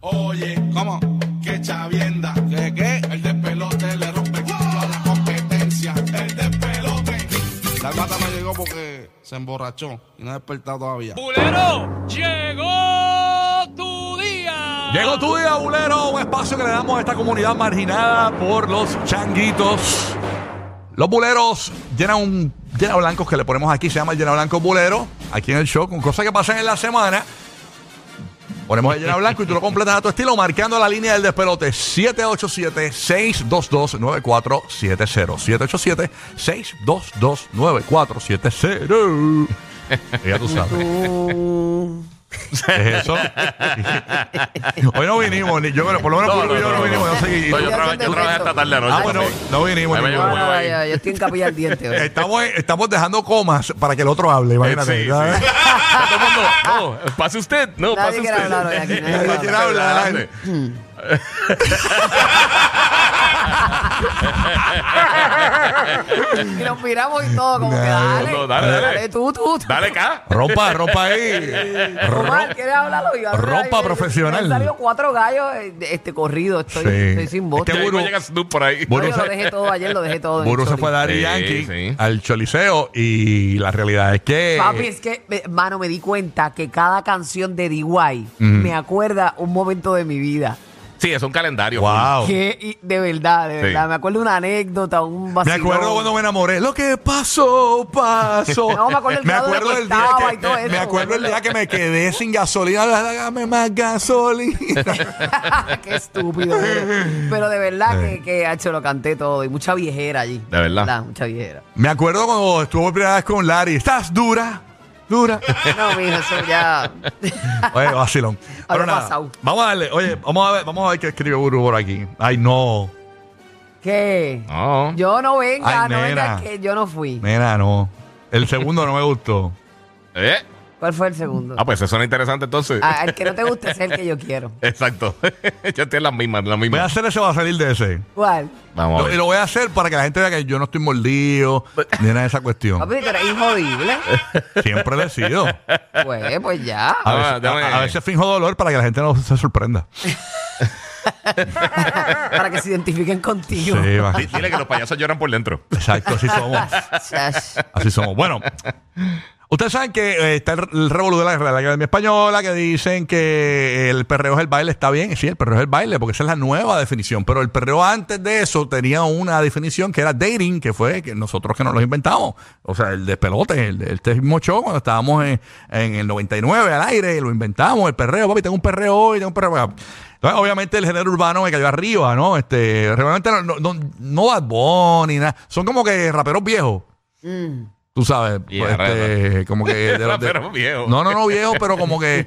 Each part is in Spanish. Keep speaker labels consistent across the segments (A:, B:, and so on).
A: oye,
B: ¿Cómo?
A: qué chavienda.
B: ¿Qué, qué?
A: El despelote le rompe el culo a la competencia. El despelote.
B: La gata no llegó porque se emborrachó y no ha despertado todavía.
C: Bulero, llegó tu día.
D: Llegó tu día, Bulero, un espacio que le damos a esta comunidad marginada por los changuitos. Los buleros llenan un llena blancos que le ponemos aquí, se llama el llena blanco bulero, aquí en el show, con cosas que pasan en la semana. Ponemos el llena blanco y tú lo completas a tu estilo marcando la línea del despelote 787-622-9470. 787-622-9470. Ya tú sabes.
E: Mm.
D: ¿Es eso? Hoy no vinimos, ni yo, creo- por lo menos
F: No,
D: Pulpo y yo
F: no,
D: no,
F: no,
D: vinimos,
F: no.
D: yo seguí.
F: No, yo, traba- yo trabajé esta tarde anoche.
D: Ah, bueno,
F: también.
D: no vinimos.
F: Ahí me
D: ninguno.
F: llegó
E: No,
F: muy bien.
E: yo, yo estoy en capilla al diente hoy.
D: Estamos, estamos dejando comas para que el otro hable, imagínate.
F: Sí, sí.
D: ¿sabes?
F: Todo el mundo, no, pase usted. No,
E: Nadie
F: pase
E: quiere
F: usted.
E: hablar hoy aquí, nadie
D: quiere
F: Usted
D: hablar.
F: adelante.
E: Y nos miramos y todo, como que
D: Nah,
E: dale.
F: no, dale, dale.
E: tú, tú. tú.
F: Dale acá.
D: Rompa, rompa ahí.
E: Omar, ¿quieres hablar hoy? Habla
D: ropa
E: ahí, me-
D: profesional.
E: Me han salido cuatro gallos eh, de- este corrido. Estoy,
D: Sí.
E: estoy sin voz.
D: Este
F: Que
D: Buru-
F: luego llega Snoop por ahí.
D: Buru-
E: No, yo lo dejé todo ayer, lo dejé todo. en el
D: Buru se
E: story.
D: fue a dar
F: Sí,
D: Yankee
F: sí.
D: al Choliseo y la realidad es que.
E: Papi, es que, me- mano, me di cuenta que cada canción de D.Y. me acuerda un momento de mi vida.
F: Sí, es un calendario.
D: Wow.
E: Que, y- de verdad, de
F: Sí.
E: verdad. Me acuerdo una anécdota, un
D: Me
E: vacilón.
D: acuerdo cuando me enamoré. Lo que pasó, pasó.
E: No, me acuerdo el grado
D: acuerdo
E: donde
D: del día
E: estaba
D: que,
E: y todo eso,
D: me acuerdo el día que me quedé sin gasolina. Dame más gasolina.
E: Qué estúpido. pero- Pero de verdad
D: Eh.
E: que, que hecho, lo canté todo. Y mucha viejera allí.
F: De verdad.
E: Mucha viejera.
D: me acuerdo cuando estuvo por primera vez con Larry. Estás dura, dura.
E: No, mijo, eso ya.
D: Oye, vacilón. Pero
E: Ahora
D: nada,
E: pasado.
D: vamos a darle, oye, vamos a ver, vamos a ver qué escribe Buru por aquí. Ay, no.
E: ¿Qué?
F: No.
E: Yo no venga,
D: Ay,
E: no
D: nena.
E: venga, que yo no fui.
D: Mira, no. El segundo no me gustó.
F: ¿Eh?
E: ¿Cuál fue el segundo?
F: Ah, pues eso suena interesante entonces.
D: pues.
E: Ah, el que no te guste es el que yo quiero.
F: Exacto. Yo estoy en las mismas, en las
D: Voy a
F: mismas.
D: hacer ese, va a salir de ese.
E: ¿Cuál?
F: Vamos a
D: Lo, y
F: ver.
D: lo voy a hacer para que la gente vea que yo no estoy mordido ni nada de esa cuestión.
E: Papi, tú eres injodible.
D: Siempre le sigo.
E: Pues, pues ya.
D: A
F: Ah,
D: veces,
F: dame.
D: a- a veces finjo dolor para que la gente no se sorprenda.
E: Para que se identifiquen
D: Sí,
E: contigo.
D: va.
F: Di- Dile que los payasos lloran por dentro.
D: Exacto, así somos.
E: Chash.
D: Así somos. Bueno, ustedes saben que eh, está el, el revolú de la Real Academia Española, que dicen que el perreo es el baile, está bien, y sí, el perreo es el baile, porque esa es la nueva definición, pero el perreo antes de eso tenía una definición que era dating, que fue que nosotros que nos lo inventamos, o sea, el despelote, el, el este mismo show, cuando estábamos en, en el 99 al aire, lo inventamos, el perreo, papi, tengo un perreo hoy, tengo un perreo... allá. Entonces, obviamente el género urbano me cayó arriba, ¿no? Este, realmente no, no, no, no Bad Bunny, nada. Son como que raperos viejos. Tú sabes,
F: Y
D: pues,
F: arregla.
D: este, como que... de los de-
F: Rapero viejo.
D: No, no, no, viejo, pero como que...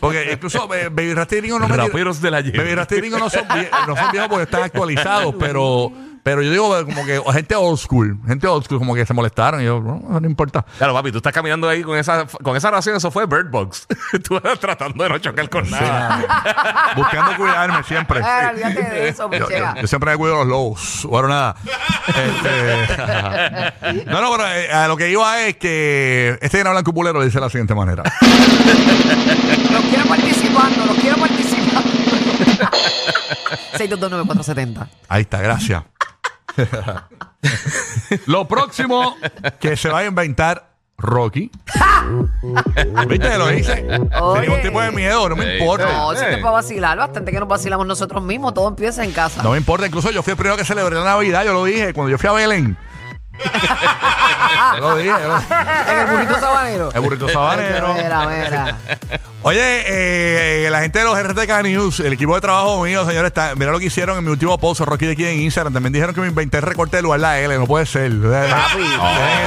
D: Porque incluso eh, Baby Rasta y Ringo no me...
F: Raperos del ayer.
D: Baby Rasta y Ringo no son, vie- no son viejos porque están actualizados, pero... Pero yo digo eh, como que gente old school, gente old school como que se molestaron y yo, no, eso no importa.
F: Claro, papi, tú estás caminando ahí con esa, con esa oración, eso fue Bird Box. tú estás tratando de no chocar con nada.
D: Ah. Buscando cuidarme siempre.
E: Ah, olvídate de eso,
D: Pues Yo, yo-
E: pichea.
D: yo siempre me cuido los lobos. Bueno, nada. Este, no, no, pero eh, a lo que iba es que este gran blanco pulero dice de la siguiente manera.
E: Los quiero participando, los quiero participando. 6229470.
D: Ahí está, gracias. lo próximo que se va a inventar Rocky. ¿Viste? Lo hice. Sin
E: Oye.
D: ningún tipo de miedo, no me
F: Ey,
D: importa.
E: No, si
F: Eh.
E: te es para vacilar, bastante que nos vacilamos nosotros mismos, todo empieza en casa.
D: No me importa, incluso yo fui el primero que celebré la Navidad, yo lo dije, cuando yo fui a Belén. yo lo dije, yo lo-
E: En el burrito sabanero.
D: el burrito sabanero.
E: Mira, mira.
D: Oye, eh, la gente de los RTK News, el equipo de trabajo mío, señores, está, mira lo que hicieron en mi último post, Rocky de aquí en Instagram. También dijeron que me inventé el recorte del lugar la L, no puede ser. Miren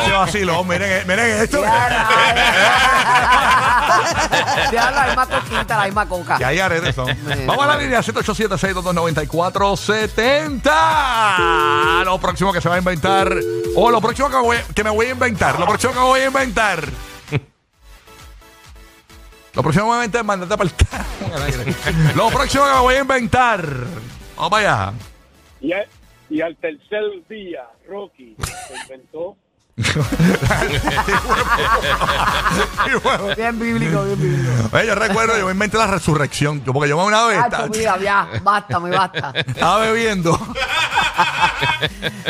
D: ese vacilón, miren, miren esto.
E: Ya la misma coquita, la misma coca.
D: Que hay aretes son.
E: Mira.
D: Vamos a la línea 787-622-9470. Ah, Lo próximo que se va a inventar, o lo próximo que, voy- que me voy a inventar, lo próximo que voy a inventar. Lo próximo que voy a inventar es mandarte para el carajo. Lo próximo que me voy a inventar. Vamos para allá.
G: Y, a- y al tercer día, Rocky se inventó
D: Y bueno,
E: Bien bíblico, bien bíblico.
D: oye, yo recuerdo, yo me inventé la resurrección. Yo, porque yo una vez
E: Chacho,
D: estaba,
E: mira, ya, basta, me basta.
D: estaba bebiendo.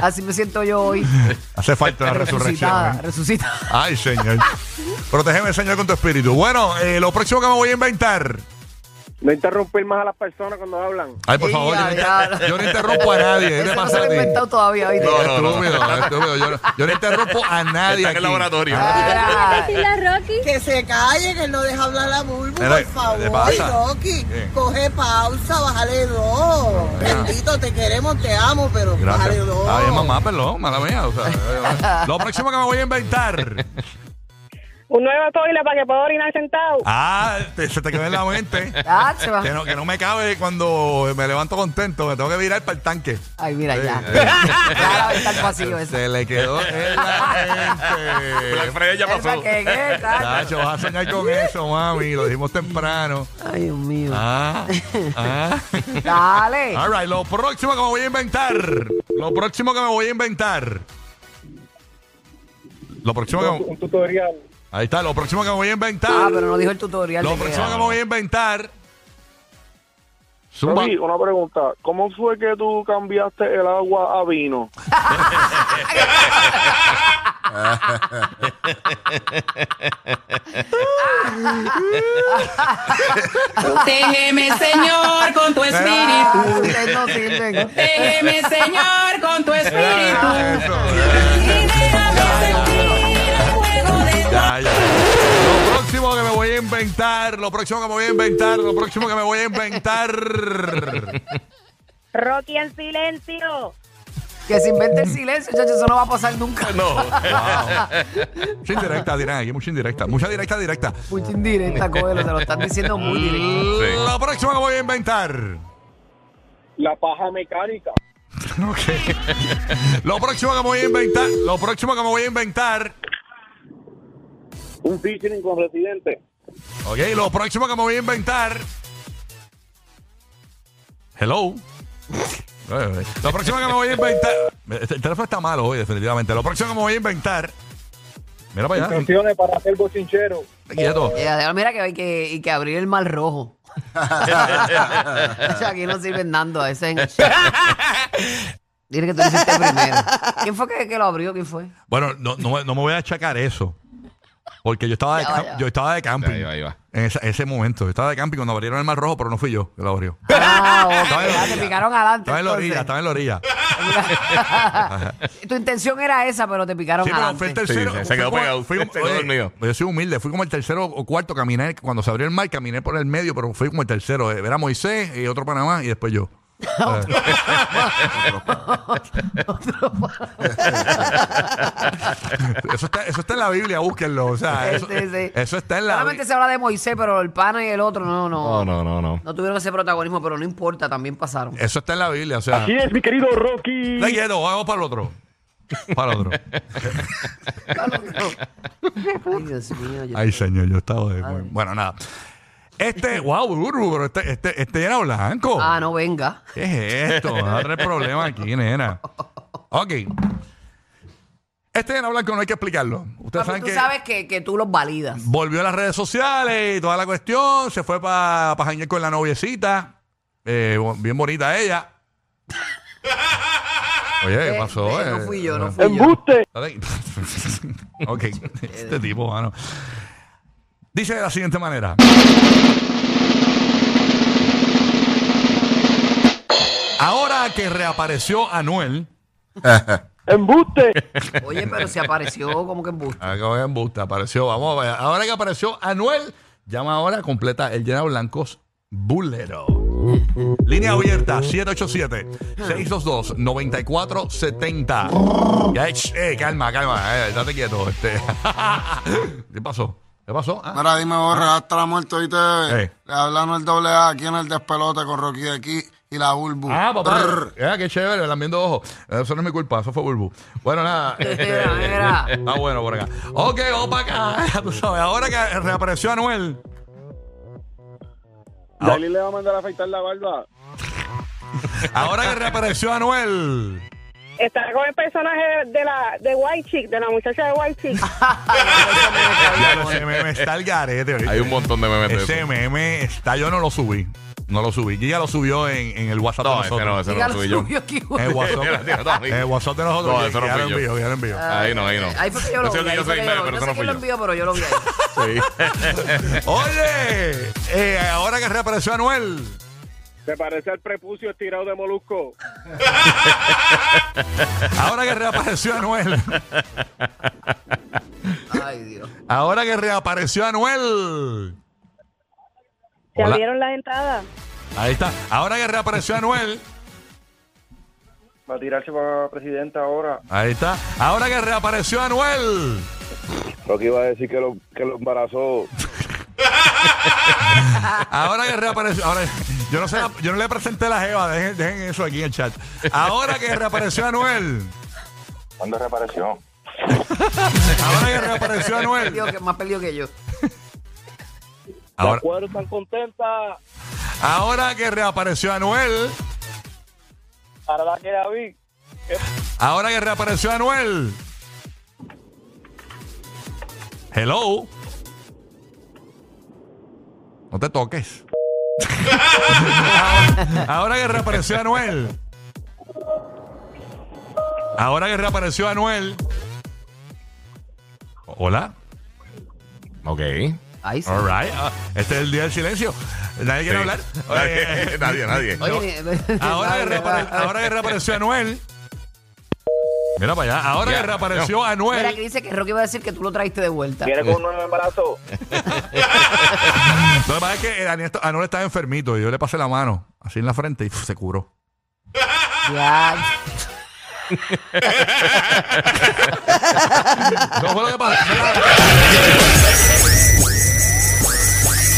E: Así me siento yo hoy.
D: Hace falta la resurrección.
E: Resucitada,
D: ¿eh?
E: resucitada.
D: Ay, Señor. Protégeme, Señor, con tu espíritu. Bueno, eh, lo próximo que me voy a inventar.
G: No interrumpir más a las personas cuando hablan.
D: Ay, por
E: Ey,
D: favor, yo no,
E: diablo.
D: yo no interrumpo a nadie. ¿Qué te
E: Eso no
D: pasa a
E: se lo
D: ti?
E: he inventado todavía, ¿viste?
F: No, no, no.
D: Estúpido, estúpido. Yo, no- yo no interrumpo a nadie.
F: Está en el
D: aquí.
F: laboratorio.
E: Ah. Ahora,
H: la Rocky.
I: Que se calle, que no deja hablar a Bulbo,
D: Mira,
I: por
D: ¿qué le
I: favor.
D: pasa?
I: Rocky,
D: ¿Qué?
I: coge pausa, bájale dos. Bendito, te queremos, te amo, pero
D: Gracias.
I: bájale dos.
D: Ay, mamá, perdón, mala mía. o sea, eh, lo próximo que me voy a inventar.
J: Un nuevo toile para que pueda orinar sentado.
D: Ah, te- se te quedó en la mente.
E: chacho.
D: Que no, que no me cabe cuando me levanto contento. Me tengo que virar para el tanque.
E: Ay, mira, ya. Claro, está el pasillo ese.
D: Se le quedó en la
F: Black
D: mente.
F: Friday ya
E: Esa
F: pasó.
E: que es, chacho.
D: Nacho, vas a soñar con eso, mami. Lo dijimos temprano.
E: Ay, Dios mío.
D: Ah, ah.
E: Dale.
D: All right, lo próximo que me voy a inventar. Lo próximo que me voy a inventar. Lo próximo que
G: Un tutorial.
D: Ahí está, lo próximo que me voy a
E: Ah,
D: inventar.
E: pero no dijo el tutorial.
D: Lo
E: de
D: próximo
E: qué
D: que me voy a inventar. Zumba.
G: Rocky, una pregunta. ¿Cómo fue que tú cambiaste el agua a vino?
H: Déjeme, Señor, con tu
E: era.
H: espíritu.
E: Ah, ustedes no sirven.
H: Déjeme, Señor, con tu espíritu.
D: Eso. Ya, ya. Lo próximo que me voy a inventar. Lo próximo que me voy a inventar. Lo próximo que me voy a inventar.
J: Rocky en silencio.
E: Que se invente el silencio, chacho, eso no va a pasar nunca.
F: No.
D: Mucha indirecta, dirán aquí. Mucha indirecta. Mucha directa, directa.
E: Muy indirecta, Coelho, te lo están diciendo
D: Mm.
E: muy directo.
D: Lo próximo que voy a inventar.
G: La paja mecánica.
D: Lo próximo que me voy a inventar. Lo próximo que me voy a inventar.
G: Un featuring con residente.
D: Ok, lo próximo que me voy a inventar. Hello. Eh, Lo próximo que me voy a inventar. Este- El teléfono está malo hoy, definitivamente. Lo próximo que me voy a inventar. Mira para allá.
G: Canciones para hacer bochinchero.
D: Quieto.
E: Ya, Mira que hay que, hay que abrir el mal rojo. Chacho, Aquí no sirven dando a ese. Dile que tú lo hiciste primero. ¿Quién fue que, que lo abrió? ¿Quién fue?
D: Bueno, no, no, no me voy a achacar eso. Porque yo estaba de,
E: Ya va,
D: cam-
E: ya va.
D: yo estaba de camping.
F: Ahí va, ahí va.
D: En esa- ese momento. Yo estaba de camping cuando abrieron el mar rojo, pero no fui yo que lo abrió.
E: Ah, ok,
D: Estaba en la
E: ya,
D: orilla.
E: te picaron adelante.
D: Estaba en la
E: entonces.
D: orilla, estaba en la orilla.
E: tu intención era esa, pero te picaron
D: Sí, pero fue el
E: adelante.
D: tercero.
F: Sí, se
D: fui
F: quedó
D: como-
F: pegado.
D: fui como-
F: Se quedó
D: oye,
F: dormido.
D: Yo soy humilde. Fui como el tercero o cuarto. Caminé. Cuando se abrió el mar, caminé por el medio, pero fui como el tercero. Eh, Era Moisés y otro Panamá y después yo. eso, está, eso está en la Biblia, búsquenlo. O sea, eso,
E: Sí, Este, sí.
D: eso está en la
E: Solamente
D: Bi-
E: se habla de Moisés, pero el pana y el otro no, no.
F: No, no, no, no.
E: No tuvieron ese protagonismo, pero no importa, también pasaron.
F: Eh,
D: Eso está en la Biblia. O sea,
G: Así es, mi querido Rocky.
D: Está quieto, vamos para el otro. Para el otro.
E: Ay, Dios mío. yo-
D: Ay, señor, yo estaba de. Bueno, nada. Este, wow, Burbu, pero este, este, este era blanco.
E: Ah, no, venga.
D: ¿Qué es esto? Vas a traer problemas aquí, nena. Ok. Este lleno blanco no hay que explicarlo. Ustedes
E: Papi,
D: saben
E: tú
D: que
E: sabes que, que tú los validas.
D: volvió a las redes sociales y toda la cuestión. Se fue para pa janguear con la noviecita. Eh, bo- bien bonita ella. Oye, ¿qué
E: Eh,
D: pasó?
E: eh, no
D: Eh,
E: fui yo, no fui yo.
G: Embuste.
D: Dale. ok, este tipo, mano. Dice de la siguiente manera. Ahora que reapareció Anuel,
G: Embuste.
E: Oye, pero se apareció como que en busto.
D: acabo de embuste, apareció, vamos a ver. Ahora que apareció Anuel, llama ahora, completa el llena blancos bulero. Línea abierta 787-622-9470. Ya, ch- eh, calma, calma, eh, date quieto. Este. ¿Qué pasó? ¿Qué pasó? Ah.
K: Ahora dime vos, hasta la muerte, oíste.
D: Ey.
K: Le hablan el doble A aquí en el despelote con Rocky de aquí y la Bulbu.
D: Ah, papá.
K: Brr.
D: Ah, qué chévere, lambiendo ojos. Eso no es mi culpa, eso fue Bulbu. Bueno, nada. este,
E: Mira, mira.
D: Está bueno por acá. Ok, vamos para acá. Tú sabes, ahora que reapareció Anuel.
G: Dali le va a mandar a afeitar la barba.
D: Ahora que reapareció Anuel.
J: Está con el personaje de la de White Chick, de la muchacha de White Chick.
F: Ah,
D: Ya, ese meme está el garete. ¿oíste?
F: Hay un montón de memes de
D: Ese
F: eso.
D: meme está, yo no lo subí. No lo subí. Giga lo subió en, en el WhatsApp de
F: No, ese
D: nosotros.
F: no, ese no
E: Diga
F: lo
E: lo
F: subí yo.
E: suyo aquí,
D: En el
F: Tira, tira,
D: WhatsApp.
F: no,
D: En el WhatsApp de nosotros.
F: No,
D: que
F: eso no
D: ya
F: fui
D: lo
F: yo. Ah.
D: envío, ya lo envío.
F: Ahí no, ahí no.
E: Ahí fue que yo lo vi.
F: Ese
E: ahí
F: yo
E: fue
F: soy
E: que
F: meme,
E: yo lo vi. No
F: pero
E: sé
F: eso no
E: quién lo
F: fui yo.
E: envió, pero yo lo vi ahí.
F: Sí.
D: Oye, eh, ahora que reapareció Anuel.
G: ¿Te parece el prepucio estirado de Molusco?
D: Ahora que reapareció Anuel.
E: Ay, Dios.
D: Ahora que reapareció Anuel.
J: ¿Ya
D: Hola.
J: vieron las entradas?
D: Ahí está. Ahora que reapareció Anuel.
G: Va a tirarse para presidenta ahora.
D: Ahí está. Ahora que reapareció Anuel.
G: Lo que iba a decir que lo, que lo embarazó.
D: Ahora que reapareció. Ahora, yo, no sé la- yo no le presenté la jeva. Dejen, dejen eso aquí en el chat. Ahora que reapareció Anuel.
G: ¿Cuándo reapareció?
D: Ahora que reapareció Anuel.
E: Dios, que más perdido que yo.
D: Ahora,
G: cuadros están contentas.
D: ahora que reapareció Anuel.
G: Para la que la vi.
D: Ahora que reapareció Anuel. Hello. No te toques. Ahora que reapareció Anuel. Ahora que reapareció Anuel. Hola.
F: Ok.
E: Ahí sí.
D: All right. Ah, este es el día del silencio. Nadie quiere hablar. Eh,
F: nadie, nadie.
E: Oye,
D: ahora, que
E: no, no,
D: reapare-
E: no.
D: ahora que reapareció Anuel. Mira para allá. Ahora que
F: Ya,
D: reapareció Anuel.
E: Mira que dice que Rocky va a decir que tú lo traiste de vuelta.
G: ¿Quiere con un nuevo embarazo?
D: Lo que pasa es que Anuel, está- Anuel estaba enfermito y yo le pasé la mano así en la frente y se curó.
E: Ya.
D: Eso fue lo que pasó.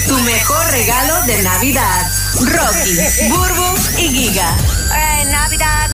L: Tu mejor regalo de Navidad. Rocky, Burbu y Giga.
J: Navidad